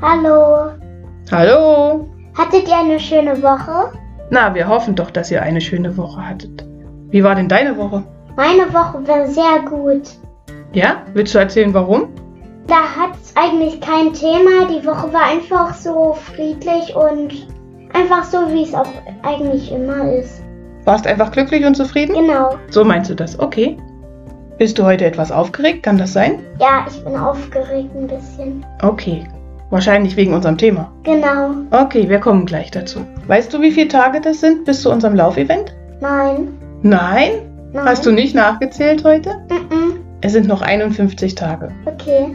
Hallo. Hallo. Hattet ihr eine schöne Woche? Na, wir hoffen doch, dass ihr eine schöne Woche hattet. Wie war denn deine Woche? Meine Woche war sehr gut. Ja? Willst du erzählen, warum? Da hat's eigentlich kein Thema. Die Woche war einfach so friedlich und einfach so, wie es auch eigentlich immer ist. Warst einfach glücklich und zufrieden? Genau. So meinst du das, okay. Bist du heute etwas aufgeregt? Kann das sein? Ja, ich bin aufgeregt ein bisschen. Okay. Wahrscheinlich wegen unserem Thema. Genau. Okay, wir kommen gleich dazu. Weißt du, wie viele Tage das sind bis zu unserem Laufevent? Nein. Nein? Nein. Hast du nicht nachgezählt heute? Mhm. Es sind noch 51 Tage. Okay.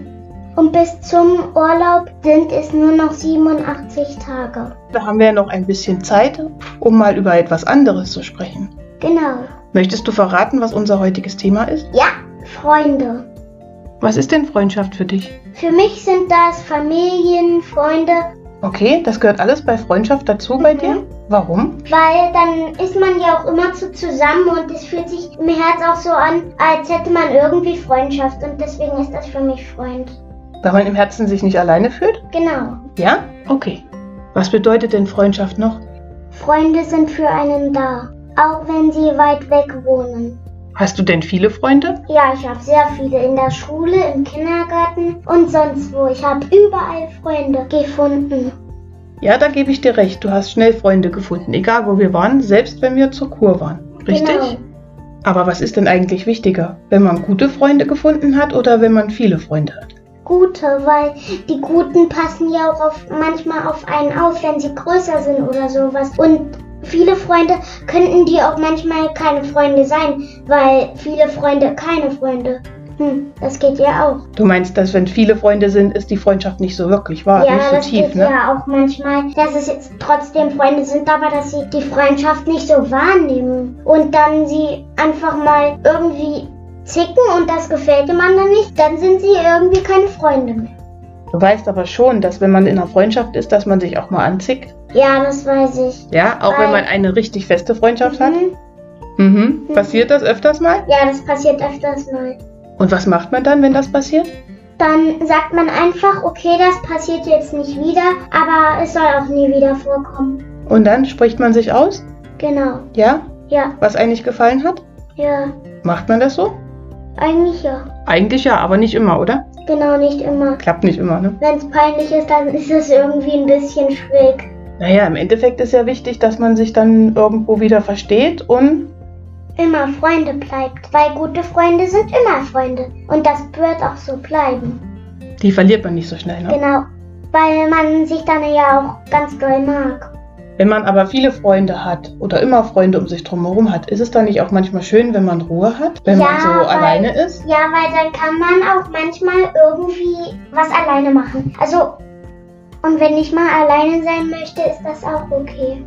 Und bis zum Urlaub sind es nur noch 87 Tage. Da haben wir ja noch ein bisschen Zeit, um mal über etwas anderes zu sprechen. Genau. Möchtest du verraten, was unser heutiges Thema ist? Ja, Freunde. Was ist denn Freundschaft für dich? Für mich sind das Familien, Freunde, Okay, das gehört alles bei Freundschaft dazu bei Mhm. dir? Warum? weil dann ist man ja auch immer zu zusammen und es fühlt sich im Herz auch so an, als hätte man irgendwie Freundschaft und deswegen ist das für mich Freund. Weil man im Herzen sich nicht alleine fühlt? Genau. Ja? Okay. Was bedeutet denn Freundschaft noch? Freunde sind für einen da, auch wenn sie weit weg wohnen. Hast du denn viele Freunde? Ja, ich habe sehr viele in der Schule, im Kindergarten und sonst wo. Ich habe überall Freunde gefunden. Ja, da gebe ich dir recht. Du hast schnell Freunde gefunden, egal wo wir waren, selbst wenn wir zur Kur waren. Richtig? Genau. Aber was ist denn eigentlich wichtiger? Wenn man gute Freunde gefunden hat oder wenn man viele Freunde hat? gute, weil die guten passen ja auch auf, manchmal auf einen auf, wenn sie größer sind oder sowas. Und viele Freunde könnten die auch manchmal keine Freunde sein, weil viele Freunde keine Freunde. Hm, das geht ja auch. Du meinst, dass wenn viele Freunde sind, ist die Freundschaft nicht so wirklich wahr, nicht ja, so das tief, geht ne? ja auch manchmal, dass es jetzt trotzdem Freunde sind, aber dass sie die Freundschaft nicht so wahrnehmen und dann sie einfach mal irgendwie zicken und das gefällt dem anderen nicht, dann sind sie irgendwie keine Freunde mehr. Du weißt aber schon, dass wenn man in einer Freundschaft ist, dass man sich auch mal anzickt. Ja, das weiß ich. Ja, auch wenn Weil- man eine richtig feste Freundschaft hat. Mhm. Mhm. Mhm. Passiert das öfters mal? Ja, das passiert öfters mal. Und was macht man dann, wenn das passiert? Dann sagt man einfach, okay, das passiert jetzt nicht wieder, aber es soll auch nie wieder vorkommen. Und dann spricht man sich aus, Genau. ja, Ja, was eigentlich gefallen hat? ja, Macht man das so? eigentlich ja. Eigentlich ja, aber nicht immer, oder? Genau, nicht immer. Klappt nicht immer, ne? Wenn es peinlich ist, dann ist es irgendwie ein bisschen schräg. Naja, im Endeffekt ist ja wichtig, dass man sich dann irgendwo wieder versteht und Immer Freunde bleibt, weil gute Freunde sind immer Freunde. Und das wird auch so bleiben. die verliert man nicht so schnell. Ne? Genau. Weil man sich dann ja auch ganz doll mag. Wenn man aber viele Freunde hat oder immer Freunde um sich drumherum hat, ist es dann nicht auch manchmal schön, wenn man Ruhe hat, wenn Ja, man so weil- alleine ist? Ja, weil dann kann man auch manchmal irgendwie was alleine machen. Also, und wenn ich mal alleine sein möchte, ist das auch okay.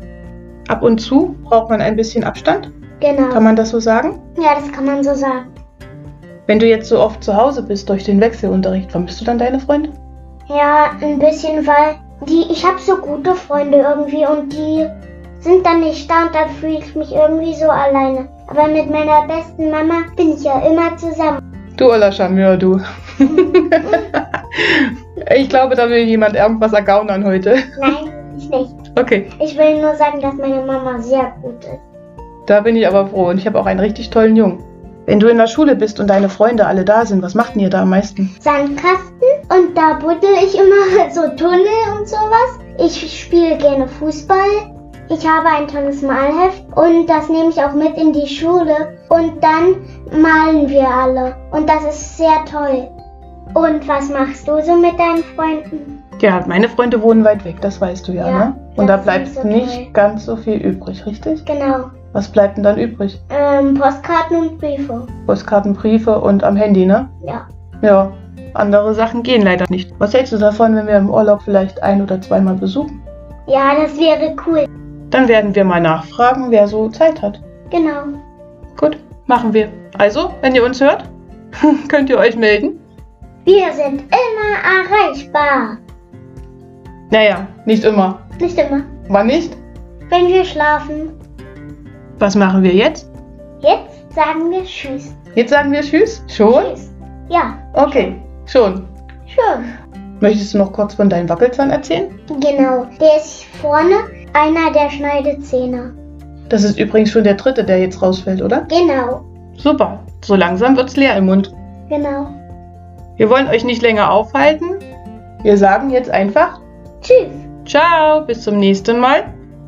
Ab und zu braucht man ein bisschen Abstand, kann Genau. man das so sagen? Ja, das kann man so sagen. Wenn du jetzt so oft zu Hause bist durch den Wechselunterricht, vermisst du dann deine Freunde? Ja, ein bisschen, weil die, ich habe so gute Freunde irgendwie und die sind dann nicht da und dann fühle ich mich irgendwie so alleine. Aber mit meiner besten Mama bin ich ja immer zusammen. Du aller Charmeur, du. ich glaube, da will jemand irgendwas ergaunern heute. Nein, ich nicht. Okay, Ich will nur sagen, dass meine Mama sehr gut ist. da bin ich aber froh und ich habe auch einen richtig tollen Jungen. Wenn du in der Schule bist und deine Freunde alle da sind, was macht denn ihr da am meisten? Sandkasten und da buddel ich immer so Tunnel und sowas. Ich spiele gerne Fußball. Ich habe ein tolles Malheft und das nehme ich auch mit in die Schule und dann malen wir alle und das ist sehr toll. Und was machst du so mit deinen Freunden? Ja, meine Freunde wohnen weit weg, das weißt du ja, Ja, ne? Und da das bleibt ist so nicht ganz so viel übrig, richtig? Genau, Was bleibt denn dann übrig? ähm, Postkarten und Briefe. Postkarten, Briefe und am Handy, ne? Ja, Ja, andere Sachen gehen leider nicht. Was hältst du davon, wenn wir im Urlaub vielleicht ein- oder zweimal besuchen? ja, das wäre cool. Dann werden wir mal nachfragen, wer so Zeit hat. Genau. Gut, machen wir. Also, wenn ihr uns hört, könnt ihr euch melden. Wir sind immer erreichbar. Naja, nicht immer. Nicht immer. Wann nicht? Wenn wir schlafen. Was machen wir jetzt? Jetzt sagen wir Tschüss. Jetzt sagen wir Tschüss. Schon? Tschüss. Ja. Okay, schon. Schön. Möchtest du noch kurz von deinem Wackelzahn erzählen? Genau, der ist vorne, einer der Schneidezähne. Das ist übrigens schon der dritte, der jetzt rausfällt, oder? Genau, Super. So langsam wird's leer im Mund. genau. Wir wollen euch nicht länger aufhalten. Wir sagen jetzt einfach Tschüss. Ciao, bis zum nächsten Mal.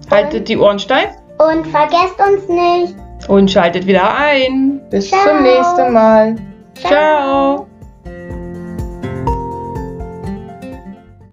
Haltet die Ohren steif Und vergesst uns nicht. und schaltet wieder ein. bis Ciao. zum nächsten Mal. Ciao.